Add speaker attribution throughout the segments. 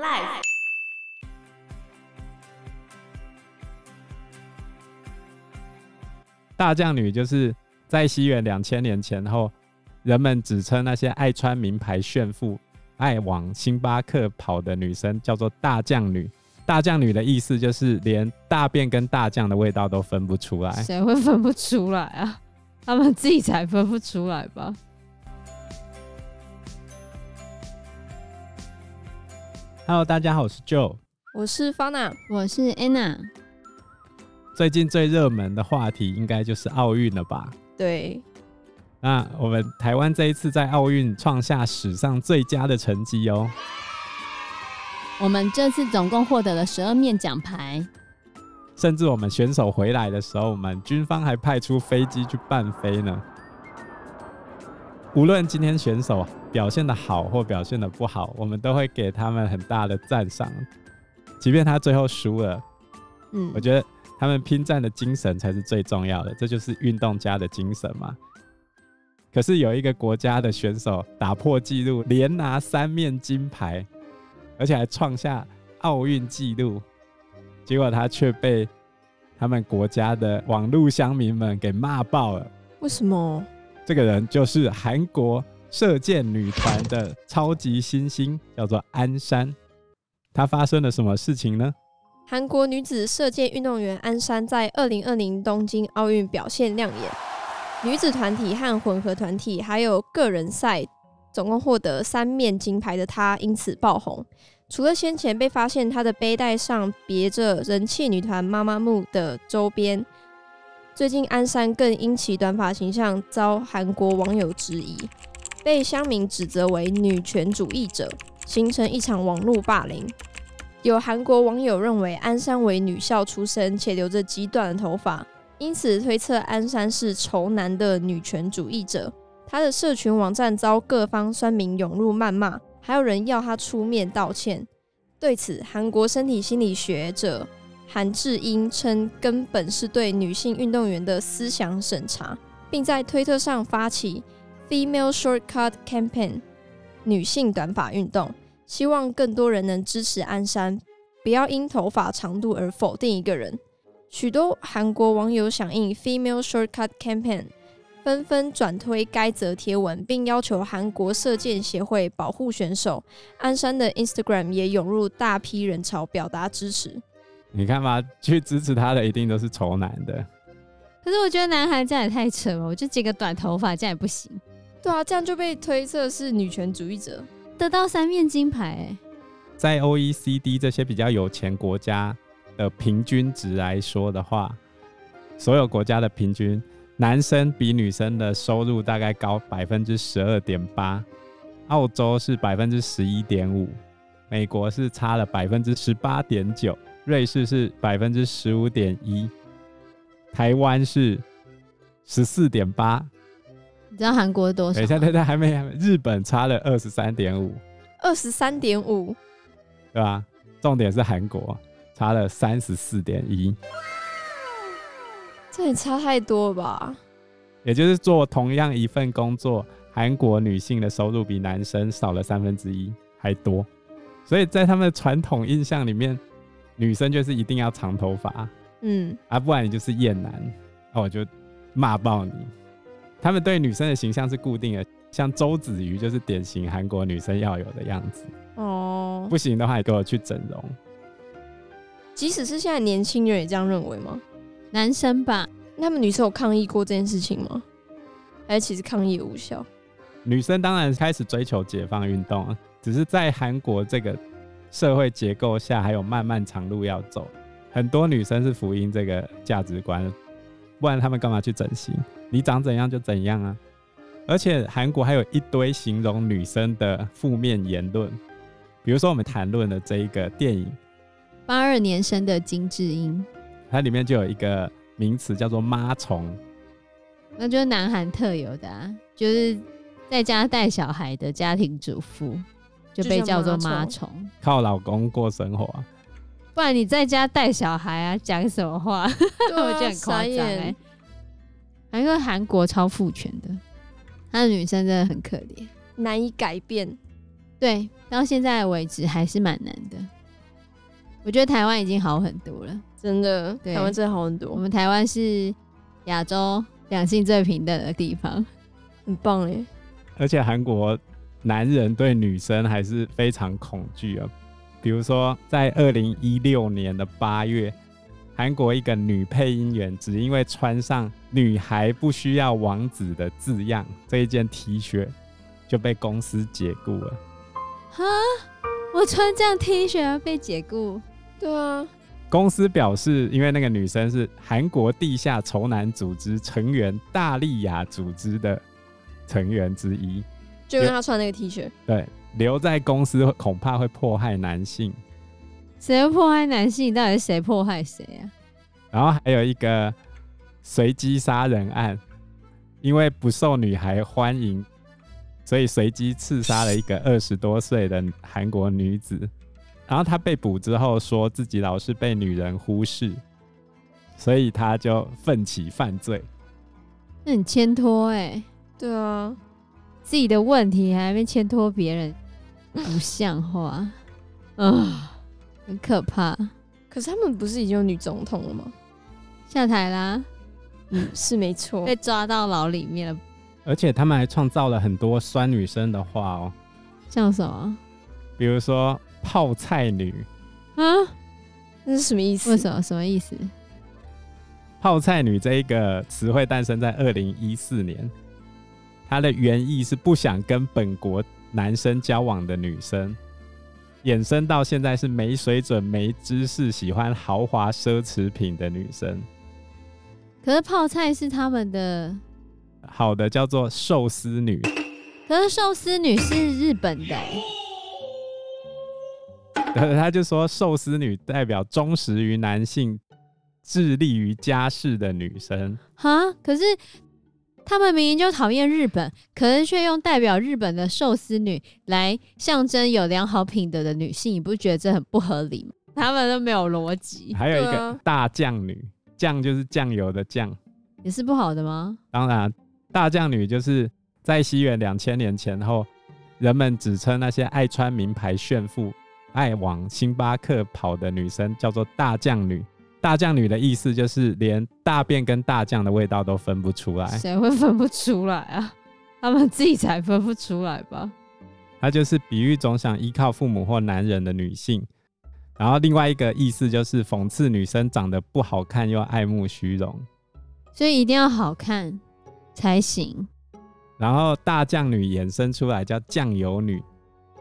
Speaker 1: Life。
Speaker 2: 大将女就是在西元两千年前后，人们只称那些爱穿名牌炫富、爱往星巴克跑的女生叫做大将女。大将女的意思就是连大便跟大酱的味道都分不出来。
Speaker 3: 谁会分不出来啊？ 他们自己才分不出来吧？
Speaker 2: Hello，大家好，我是 Joe。
Speaker 4: 我是方娜，
Speaker 3: 我是 Anna，
Speaker 2: 最近最热门的话题应该就是奥运了吧？
Speaker 4: 对，
Speaker 2: 那我们台湾这一次在奥运创下史上最佳的成绩哦。
Speaker 3: 我们这次总共获得了十二面奖牌，
Speaker 2: 甚至我们选手回来的时候，我们军方还派出飞机去伴飞呢。无论今天选手表现的好或表现的不好，我们都会给他们很大的赞赏，即便他最后输了，
Speaker 3: 嗯
Speaker 2: 我，觉得他们拼战的精神才是最重要的，这就是运动家的精神嘛。可是有一个国家的选手打破纪录，连拿三面金牌，而且还创下奥运纪录，结果他却被他们国家的网络乡民们给骂爆了。
Speaker 4: 为什么？
Speaker 2: 这个人就是韩国射箭女团的超级新星，叫做安山。她发生了什么事情呢？
Speaker 4: 韩国女子射箭运动员安山在二零二零东京奥运表现亮眼，女子团体和混合团体还有个人赛总共获得三面金牌的她，因此爆红。除了先前被发现她的背带上别着人气女团妈妈木的周边，最近安山更因其短发形象遭韩国网友质疑，被乡民指责为女权主义者，形成一场网络霸凌。有韩国网友认为安山为女校出身，且留着极短的头发，因此推测安山是仇男的女权主义者。他的社群网站遭各方酸民涌入谩骂，还有人要他出面道歉。对此，韩国身体心理学者韩智英称，根本是对女性运动员的思想审查，并在推特上发起 “Female Shortcut Campaign” 女性短发运动。希望更多人能支持安山，不要因头发长度而否定一个人。许多韩国网友响应 Female Shortcut Campaign，纷纷转推该则贴文，并要求韩国射箭协会保护选手。安山的 Instagram 也涌入大批人潮表达支持。
Speaker 2: 你看吧，去支持她的一定都是丑男的。
Speaker 3: 可是我觉得男孩这样也太扯了，我就剪个短头发这样也不行，
Speaker 4: 对啊，这样就被推测是女权主义者。
Speaker 3: 得到三面金牌、欸，
Speaker 2: 在 OECD 这些比较有钱国家的平均值来说的话，所有国家的平均，男生比女生的收入大概高百分之十二点八，澳洲是百分之十一点五，美国是差了百分之十八点九，瑞士是百分之十五点一，台湾是十四点八，
Speaker 3: 你知道韩国多少
Speaker 2: 等一下，
Speaker 3: 吗？
Speaker 2: 等一下，还没，还没日本差了二十三点五，
Speaker 4: 二十三点五，
Speaker 2: 对吧？重点是韩国差了三十四点一，
Speaker 4: 这也差太多了吧？
Speaker 2: 也就是做同样一份工作，韩国女性的收入比男生少了三分之一还多，所以在他们的传统印象里面，女生就是一定要长头发
Speaker 4: 嗯，
Speaker 2: 啊，不然你就是厌男，那、我就骂爆你。他们对女生的形象是固定的，像周子瑜就是典型韩国女生要有的样子，
Speaker 4: 哦，
Speaker 2: 不行的话你给我去整容。
Speaker 4: 即使是现在年轻人也这样认为吗？
Speaker 3: 男生吧，
Speaker 4: 那他们女生有抗议过这件事情吗？还是其实抗议也 无效？
Speaker 2: 女生当然开始追求解放运动，啊只是在韩国这个社会结构下，还有漫漫长路要走。很多女生是福音这个价值观，不然她们干嘛去整形？你长怎样就怎样啊！而且韩国还有一堆形容女生的负面言论，比如说我们谈论的这一个电影，
Speaker 3: 八二年生的金智英，
Speaker 2: 它里面就有一个名词叫做“妈虫
Speaker 3: 那就是南韩特有的、啊，就是在家带小孩的家庭主妇就被叫做妈
Speaker 4: 就
Speaker 3: 虫。”，
Speaker 2: 靠老公过生活啊。
Speaker 3: 不然你在家带小孩啊，讲什么话？
Speaker 4: 对啊
Speaker 3: 我觉得很夸张哎。还因为韩国超父权的，他的女生真的很可怜。
Speaker 4: 难以改变。
Speaker 3: 对，到现在为止还是蛮难的。我觉得台湾已经好很多了。
Speaker 4: 真的，
Speaker 3: 对
Speaker 4: 台湾真的好很
Speaker 3: 我
Speaker 4: 多，
Speaker 3: 们台湾是亚洲两性最平等的地方，
Speaker 4: 很棒哎。
Speaker 2: 而且韩国男人对女生还是非常恐惧啊。比如说，在二零一六年的八月，韩国一个女配音员只因为穿上“女孩不需要王子”的字样这一件 T 恤，就被公司解雇了。
Speaker 3: 哈，我穿这样 T 恤要被解雇，
Speaker 4: 对啊，
Speaker 2: 公司表示，因为那个女生是韩国地下仇男组织成员大力雅组织的成员之一，
Speaker 4: 就跟他穿那个 T 恤，
Speaker 2: 对，留在公司恐怕会迫害男性。
Speaker 3: 谁会迫害男性？到底是谁迫害谁啊？
Speaker 2: 然后还有一个随机杀人案，因为不受女孩欢迎，所以随机刺杀了一个二十多岁的韩国女子。然后她被捕之后，说自己老是被女人忽视，所以她就奋起犯罪。
Speaker 3: 那很牵拖哎、
Speaker 4: 对啊，
Speaker 3: 自己的问题还没牵拖别人，不像话 啊、很可怕。
Speaker 4: 可是他们不是已经有女总统了吗？
Speaker 3: 下台啦，
Speaker 4: 嗯，是没错
Speaker 3: 被。抓到牢里面了，
Speaker 2: 而且他们还创造了很多酸女生的话哦，
Speaker 3: 像什么
Speaker 2: 比如说泡菜女。
Speaker 3: 啊？
Speaker 4: 那是什么意思
Speaker 3: 为？什么？什么意思？
Speaker 2: 泡菜女这一个词汇诞生在二零一四年，它的原意是不想跟本国男生交往的女生，衍生到现在是没水准、没知识、喜欢豪华奢侈品的女生。
Speaker 3: 可是泡菜是他们的，
Speaker 2: 好的，叫做寿司女。
Speaker 3: 可是寿司女是日本的欸、
Speaker 2: 他就说寿司女代表忠实于男性、致力于家事的女生。
Speaker 3: 哈，可是他们明明就讨厌日本，可是却用代表日本的寿司女来象征有良好品德的女性，你不觉得这很不合理吗？他们都没有逻辑，
Speaker 2: 还有一
Speaker 4: 对啊
Speaker 2: 个大酱女，酱就是酱油的酱。
Speaker 3: 也是不好的吗？
Speaker 2: 当然，大酱女就是在西元两千年前后，人们只称那些爱穿名牌炫富、爱往星巴克跑的女生叫做大酱女。大酱女的意思就是连大便跟大酱的味道都分不出来，
Speaker 3: 谁会分不出来啊？他们自己才分不出来吧？
Speaker 2: 她就是比喻总想依靠父母或男人的女性。然后另外一个意思就是讽刺女生长得不好看又爱慕虚荣。
Speaker 3: 所以一定要好看才行。
Speaker 2: 然后大酱女衍生出来叫酱油女，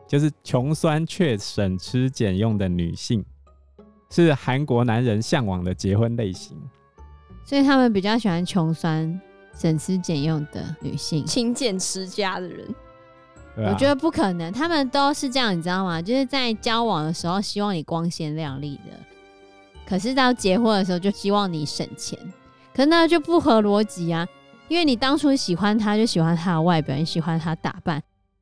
Speaker 2: 就是穷酸却省吃俭用的女性，是韩国男人向往的结婚类型。
Speaker 3: 所以他们比较喜欢穷酸、省吃俭用的女性。
Speaker 4: 勤俭持家的人，
Speaker 2: 对啊吧
Speaker 3: 我觉得不可能，他们都是这样，你知道吗？就是在交往的时候希望你光鲜亮丽的，可是到结婚的时候就希望你省钱，可是那就不合逻辑啊！因为你当初喜欢他就喜欢他的外表，你喜欢他打扮，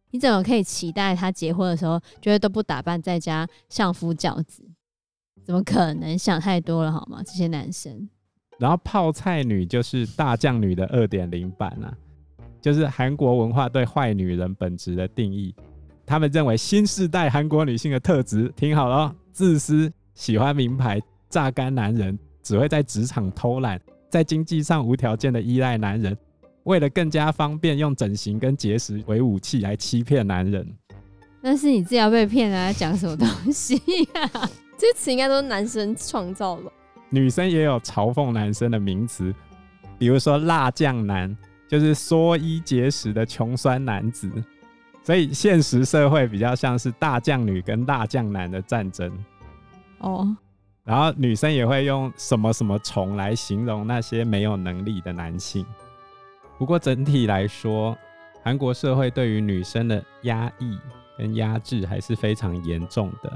Speaker 3: 你怎么可以期待他结婚的时候就是都不打扮，在家相夫教子？怎么可能？想太多了好吗？这些男生
Speaker 2: 然后泡菜女就是大酱女的二点零版啊，就是韩国文化对坏女人本质的定义。他们认为新时代韩国女性的特质，听好了哦，自私、喜欢名牌、榨干男人，只会在职场偷懒，在经济上无条件的依赖男人，为了更加方便，用整形跟节食为武器来欺骗男人。
Speaker 3: 那是你自己要被骗啊！讲什么东西 呀、
Speaker 4: 这些词应该都是男生创造的吧。
Speaker 2: 女生也有嘲讽男生的名词，比如说“辣酱男”，就是缩衣节食的穷酸男子。所以现实社会比较像是大酱女跟辣酱男的战争。
Speaker 3: 哦，
Speaker 2: 然后女生也会用什么什么虫来形容那些没有能力的男性。不过整体来说，韩国社会对于女生的压抑跟压制还是非常严重的。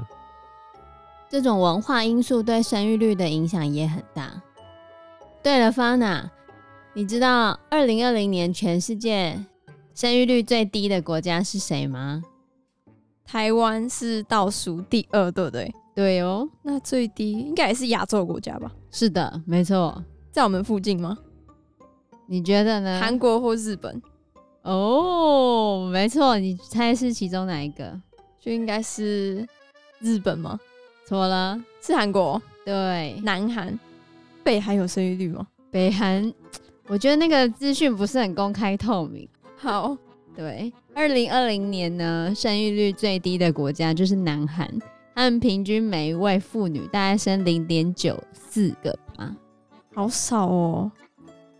Speaker 3: 这种文化因素对生育率的影响也很大。对了，Fana，你知道二零二零年全世界生育率最低的国家是谁吗？
Speaker 4: 台湾是倒数第二，对不对？
Speaker 3: 对哦，
Speaker 4: 那最低应该也是亚洲国家吧，
Speaker 3: 是的，没错。
Speaker 4: 在我们附近吗？
Speaker 3: 你觉得呢？
Speaker 4: 韩国或日本？
Speaker 3: 哦，没错，你猜是其中哪一个？
Speaker 4: 就应该是日本吗？
Speaker 3: 怎么了？
Speaker 4: 是韩国、
Speaker 3: 对，
Speaker 4: 南韩、北韩有生育率吗？
Speaker 3: 北韩，我觉得那个资讯不是很公开透明。
Speaker 4: 好，
Speaker 3: 对，二零二零年呢，生育率最低的国家就是南韩，他们平均每一位妇女大概生零点九四个吧，
Speaker 4: 好少哦。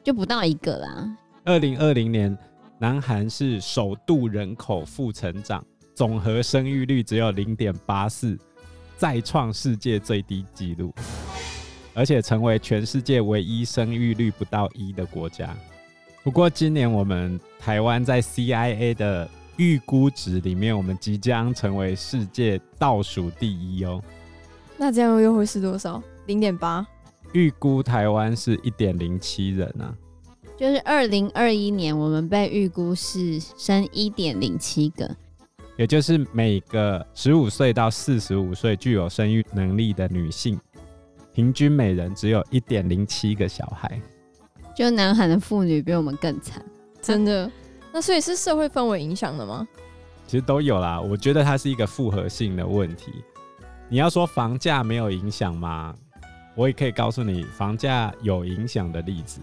Speaker 3: 就不到一个啦。
Speaker 2: 二零二零年，南韩是首度人口负成长，总和生育率只有零点八四，再创世界最低纪录，而且成为全世界唯一生育率不到一的国家。不过，今年我们台湾在 CIA 的预估值里面，我们即将成为世界倒数第一哦。
Speaker 4: 那这样又会是多少？零点八。
Speaker 2: 预估台湾是一点零七人啊，
Speaker 3: 就是二零二一年，我们被预估是生一点零七个，
Speaker 2: 也就是每个十五岁到四十五岁具有生育能力的女性，平均每人只有一点零七个小孩。
Speaker 3: 就南韩的妇女比我们更惨。
Speaker 4: 真的。那所以是社会氛围影响的吗？
Speaker 2: 其实都有啦，我觉得它是一个复合性的问题。你要说房价没有影响吗？我也可以告诉你，房价有影响的例子。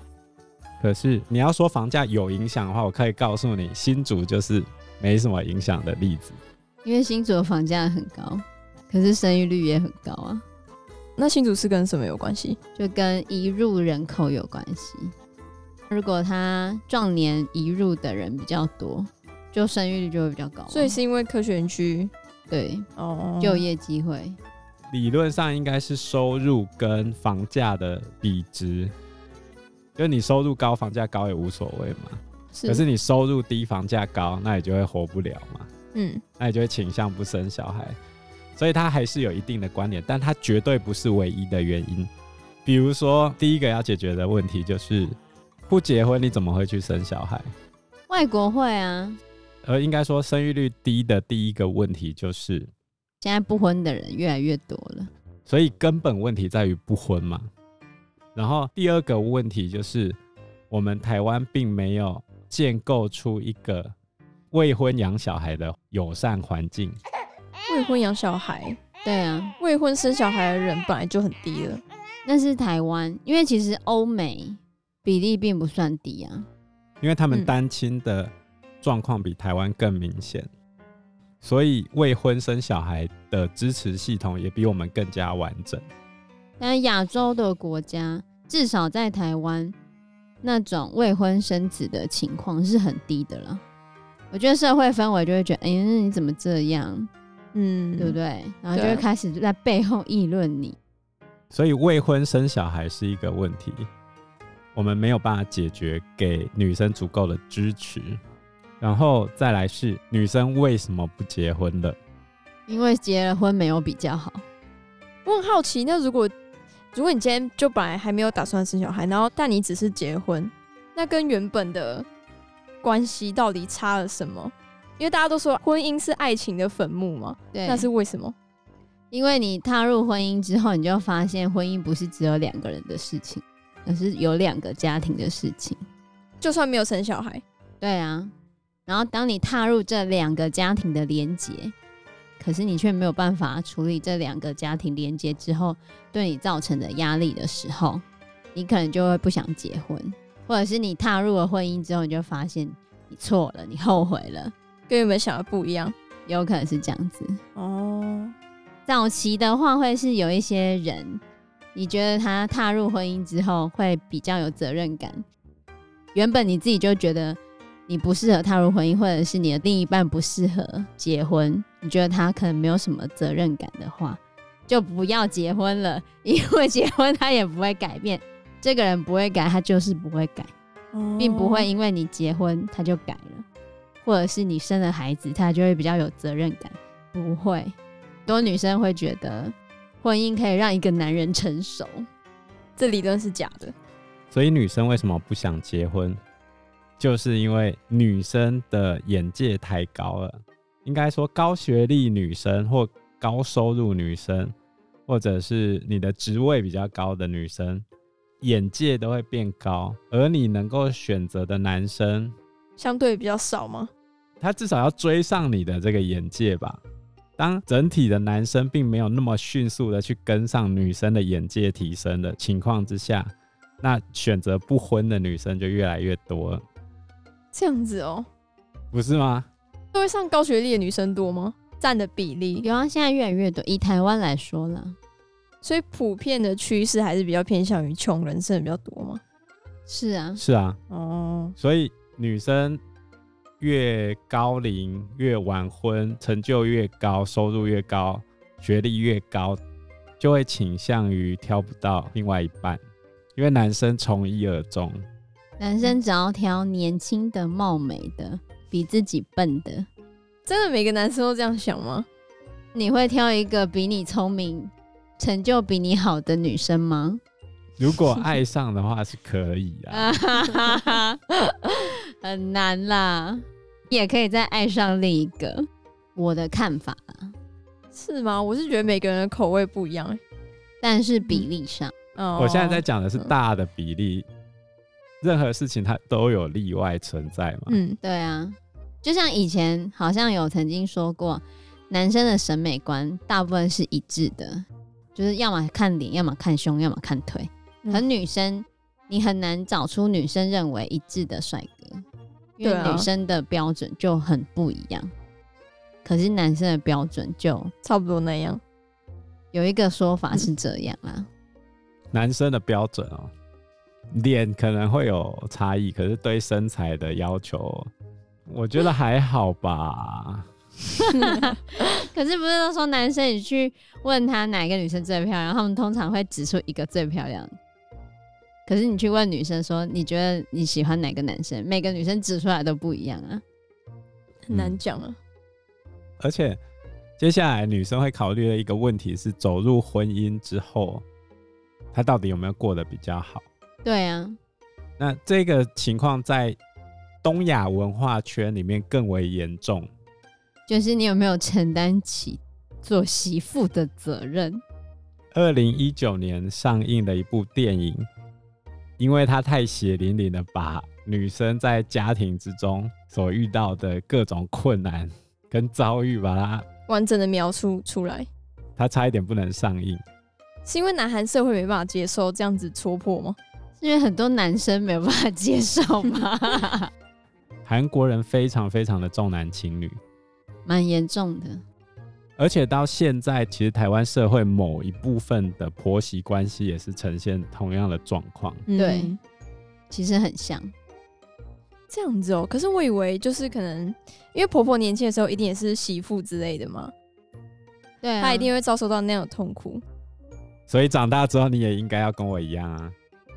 Speaker 2: 可是你要说房价有影响的话，我可以告诉你，新竹就是没什么影响的例子。
Speaker 3: 因为新竹的房价很高，可是生育率也很高啊，
Speaker 4: 那新竹是跟什么有关系？
Speaker 3: 就跟移入人口有关系。如果他壮年移入的人比较多，就生育率就会比较高啊、
Speaker 4: 哦所以是因为科学园区
Speaker 3: 对
Speaker 4: 哦，
Speaker 3: 就业机会。
Speaker 2: 理论上应该是收入跟房价的比值，就是你收入高，房价高也无所谓嘛。
Speaker 4: 是
Speaker 2: 可是你收入低，房价高，那你就会活不了嘛，
Speaker 4: 嗯，
Speaker 2: 那你就会倾向不生小孩。所以它还是有一定的关联，但它绝对不是唯一的原因。比如说，第一个要解决的问题就是，不结婚你怎么会去生小孩？
Speaker 3: 外国会啊，
Speaker 2: 而应该说，生育率低的第一个问题就是，
Speaker 3: 现在不婚的人越来越多了。
Speaker 2: 所以根本问题在于不婚嘛。然后第二个问题就是，我们台湾并没有建构出一个未婚养小孩的友善环境。
Speaker 4: 未婚养小孩，
Speaker 3: 对啊，
Speaker 4: 未婚生小孩的人本来就很低了。
Speaker 3: 那是台湾，因为其实欧美比例并不算低啊。
Speaker 2: 因为他们
Speaker 4: 嗯
Speaker 2: 单亲的状况比台湾更明显，所以未婚生小孩的支持系统也比我们更加完整。
Speaker 3: 但亚洲的国家，至少在台湾，那种未婚生子的情况是很低的了。我觉得社会氛围就会觉得，哎、那你怎么这样，
Speaker 4: 嗯，
Speaker 3: 对不？对？然后就
Speaker 4: 对
Speaker 3: 会开始在背后议论你。
Speaker 2: 所以未婚生小孩是一个问题，我们没有办法解决给女生足够的支持。然后再来是女生为什么不结婚的？
Speaker 3: 因为结了婚没有比较好，
Speaker 4: 我很好奇，那如果如果你今天就本来还没有打算生小孩，然后但你只是结婚，那跟原本的关系到底差了什么？因为大家都说婚姻是爱情的坟墓嘛，
Speaker 3: 对，
Speaker 4: 那是为什么？
Speaker 3: 因为你踏入婚姻之后，你就发现婚姻不是只有两个人的事情，而是有两个家庭的事情。
Speaker 4: 就算没有生小孩，
Speaker 3: 对啊，然后当你踏入这两个家庭的连结，可是你却没有办法处理这两个家庭连结之后对你造成的压力的时候，你可能就会不想结婚，或者是你踏入了婚姻之后，你就发现你错了，你后悔了，
Speaker 4: 跟原本想的不一样
Speaker 3: 有可能是这样子。
Speaker 4: 哦。
Speaker 3: 早期的话，会是有一些人，你觉得他踏入婚姻之后会比较有责任感。原本你自己就觉得你不适合踏入婚姻，或者是你的另一半不适合结婚，你觉得他可能没有什么责任感的话，就不要结婚了，因为结婚他也不会改变。这个人不会改，他就是不会改，
Speaker 4: 哦
Speaker 3: 并不会因为你结婚他就改了，或者是你生了孩子他就会比较有责任感，不会。多女生会觉得婚姻可以让一个男人成熟，
Speaker 4: 这理论是假的，
Speaker 2: 所以女生为什么不想结婚？就是因为女生的眼界太高了。应该说，高学历女生或高收入女生，或者是你的职位比较高的女生，眼界都会变高，而你能够选择的男生，
Speaker 4: 相对比较少吗？
Speaker 2: 他至少要追上你的这个眼界吧。当整体的男生并没有那么迅速的去跟上女生的眼界提升的情况之下，那选择不婚的女生就越来越多了，
Speaker 4: 这样子哦、
Speaker 2: 不是吗？
Speaker 4: 社会上高学历的女生多吗？占的比例，
Speaker 3: 有啊，现在越来越多。以台湾来说啦，
Speaker 4: 所以普遍的趋势还是比较偏向于穷人生的比较多吗？
Speaker 3: 是啊，
Speaker 2: 是啊，
Speaker 4: 哦，
Speaker 2: 所以女生越高龄越晚婚，成就越高，收入越高，学历越高，就会倾向于挑不到另外一半，因为男生从一而终。
Speaker 3: 男生只要挑年轻的、貌美的，比自己笨的。
Speaker 4: 真的每个男生都这样想吗？
Speaker 3: 你会挑一个比你聪明、成就比你好的女生吗？
Speaker 2: 如果爱上的话是可以啊，
Speaker 3: 啊哈哈哈， 很难啦，也可以再爱上另一个。我的看法啦，
Speaker 4: 是吗？我是觉得每个人的口味不一样、欸。
Speaker 3: 但是比例上，
Speaker 4: 哦，
Speaker 2: 我现在在讲的是大的比例，任何事情它都有例外存在嘛。
Speaker 4: 嗯，
Speaker 3: 对啊，就像以前好像有曾经说过，男生的审美观大部分是一致的，就是要么看脸，要么看胸，要么看腿。
Speaker 4: 嗯
Speaker 3: 可女生，你很难找出女生认为一致的帅哥，因为
Speaker 4: 对啊
Speaker 3: 女生的标准就很不一样。可是男生的标准就
Speaker 4: 差不多那样。
Speaker 3: 有一个说法是这样啦，
Speaker 2: 男生的标准哦，脸可能会有差异，可是对身材的要求，我觉得还好 吧。
Speaker 3: 可是不是都说男生你去问他哪一个女生最漂亮，他们通常会指出一个最漂亮。可是你去问女生说你觉得你喜欢哪个男生，每个女生指出来都不一样啊。
Speaker 4: 很难讲啊。
Speaker 2: 嗯而且接下来女生会考虑的一个问题是，走入婚姻之后，她到底有没有过得比较好？
Speaker 3: 对啊，
Speaker 2: 那这个情况在东亚文化圈里面更为严重。
Speaker 3: 就是你有没有承担起做媳妇的责任？
Speaker 2: 二零一九年上映的一部电影，因为它太血淋淋的把女生在家庭之中所遇到的各种困难跟遭遇，把它
Speaker 4: 完整的描述出来，
Speaker 2: 它差一点不能上映。
Speaker 4: 是因为南韩社会没办法接受这样子戳破吗？
Speaker 3: 是因为很多男生没有办法接受吗？
Speaker 2: 韩国人非常非常的重男轻女，
Speaker 3: 蛮严重的。
Speaker 2: 而且到现在，其实台湾社会某一部分的婆媳关系也是呈现同样的状况。
Speaker 3: 对其实很像，
Speaker 4: 这样子哦、可是我以为就是可能，因为婆婆年轻的时候一定也是媳妇之类的嘛，
Speaker 3: 对啊，
Speaker 4: 她一定会遭受到那样的痛苦。
Speaker 2: 所以长大之后，你也应该要跟我一样啊。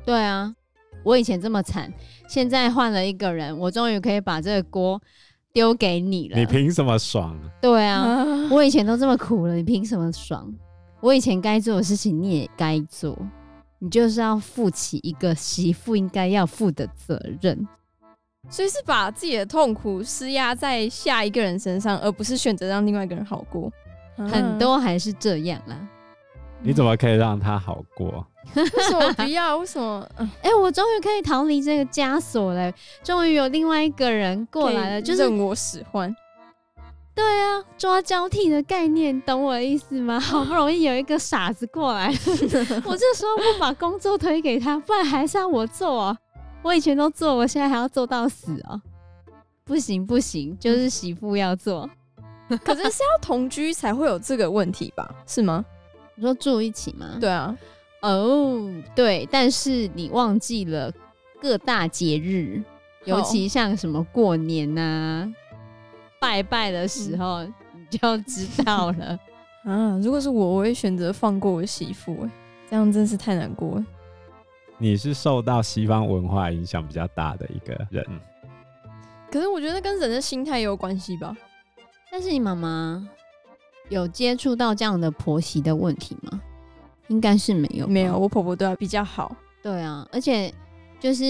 Speaker 3: 对啊，我以前这么惨，现在换了一个人，我终于可以把这个锅丢给你了。
Speaker 2: 你凭什么爽？
Speaker 3: 对啊，
Speaker 4: 啊，
Speaker 3: 我以前都这么苦了，你凭什么爽？我以前该做的事情你也该做，你就是要负起一个媳妇应该要负的责任。
Speaker 4: 所以是把自己的痛苦施压在下一个人身上，而不是选择让另外一个人好过。啊
Speaker 3: 很多还是这样啦。
Speaker 2: 你怎么可以让他好过？
Speaker 4: 为什么不要？为什么？嗯
Speaker 3: 哎、我终于可以逃离这个枷锁了，终于有另外一个人过来了，
Speaker 4: 可以
Speaker 3: 就是
Speaker 4: 任我使唤。
Speaker 3: 对啊，抓交替的概念，懂我的意思吗？ 好不容易有一个傻子过来， 我这时候不把工作推给他，不然还是要我做哦。我以前都做，我现在还要做到死哦。不行不行，就是媳妇要做。
Speaker 4: 可是是要同居才会有这个问题吧？是吗？
Speaker 3: 你说住一起吗？
Speaker 4: 对啊，
Speaker 3: 哦对，但是你忘记了各大节日，
Speaker 4: 嗯
Speaker 3: 尤其像什么过年呐、拜拜的时候，你就知道了。
Speaker 4: 啊，如果是我，我会选择放过我媳妇、欸，这样真是太难过了。
Speaker 2: 你是受到西方文化影响比较大的一个人，
Speaker 3: 嗯
Speaker 4: 可是我觉得跟人的心态也有关系吧。
Speaker 3: 但是你妈妈有接触到这样的婆媳的问题吗？应该是没有，
Speaker 4: 没有，。我婆婆对她比较好。
Speaker 3: 对啊，而且就是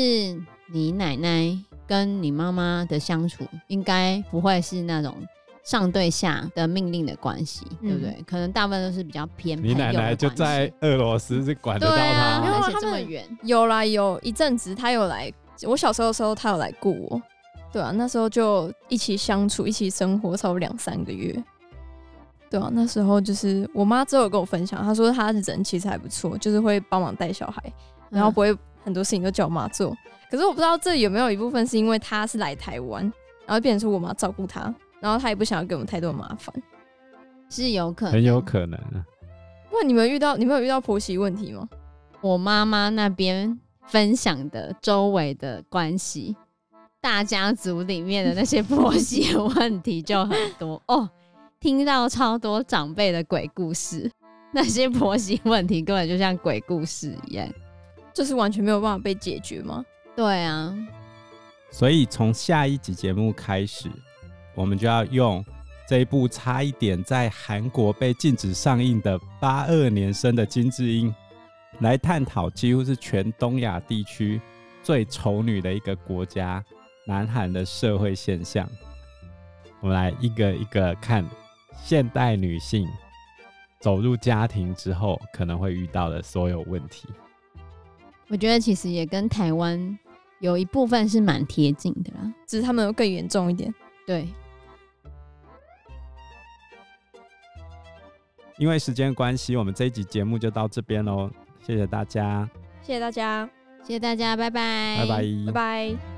Speaker 3: 你奶奶跟你妈妈的相处，应该不会是那种上对下的命令的关系，
Speaker 4: 嗯
Speaker 3: 对不对？可能大部分都是比较偏朋
Speaker 2: 你
Speaker 3: 友的
Speaker 2: 奶奶就
Speaker 3: 关系
Speaker 2: 在俄罗斯是管得到
Speaker 3: 对啊，
Speaker 4: 没有
Speaker 2: 他。
Speaker 3: 而且
Speaker 4: 他
Speaker 3: 这么
Speaker 4: 们
Speaker 3: 远，
Speaker 4: 有啦，有一阵子她有来，我小时候的时候她有来过我。对啊，那时候就一起相处，一起生活，差不多两三个月。对啊，那时候就是我妈之后有跟我分享，她说她人其实还不错，就是会帮忙带小孩，然后啊
Speaker 3: 嗯
Speaker 4: 不会很多事情都叫我妈做。可是我不知道这有没有一部分是因为她是来台湾，然后变成是我妈照顾她，然后她也不想要给我们太多麻烦。
Speaker 3: 是有可能，
Speaker 2: 很有可能啊。
Speaker 4: 哇，你们遇到你们有遇到婆媳问题吗？
Speaker 3: 我妈妈那边分享的周围的关系，大家族里面的那些婆媳的问题就很多哦，听到超多长辈的鬼故事，那些婆媳问题根本就像鬼故事一样。
Speaker 4: 就是完全没有办法被解决吗？
Speaker 3: 对啊，
Speaker 2: 所以从下一集节目开始，我们就要用这一部差一点在韩国被禁止上映的八二年生的金智英，来探讨几乎是全东亚地区最丑女的一个国家——南韩的社会现象。我们来一个一个看现代女性走入家庭之后可能会遇到的所有问题。
Speaker 3: 我觉得其实也跟台湾有一部分是蛮贴近的啦。
Speaker 4: 只是他们更严重一点。
Speaker 3: 对，
Speaker 2: 因为时间关系，我们这一集节目就到这边喽，谢谢大家，
Speaker 4: 谢谢大家，
Speaker 3: 谢谢大家，拜拜，
Speaker 2: 拜拜
Speaker 4: 拜拜。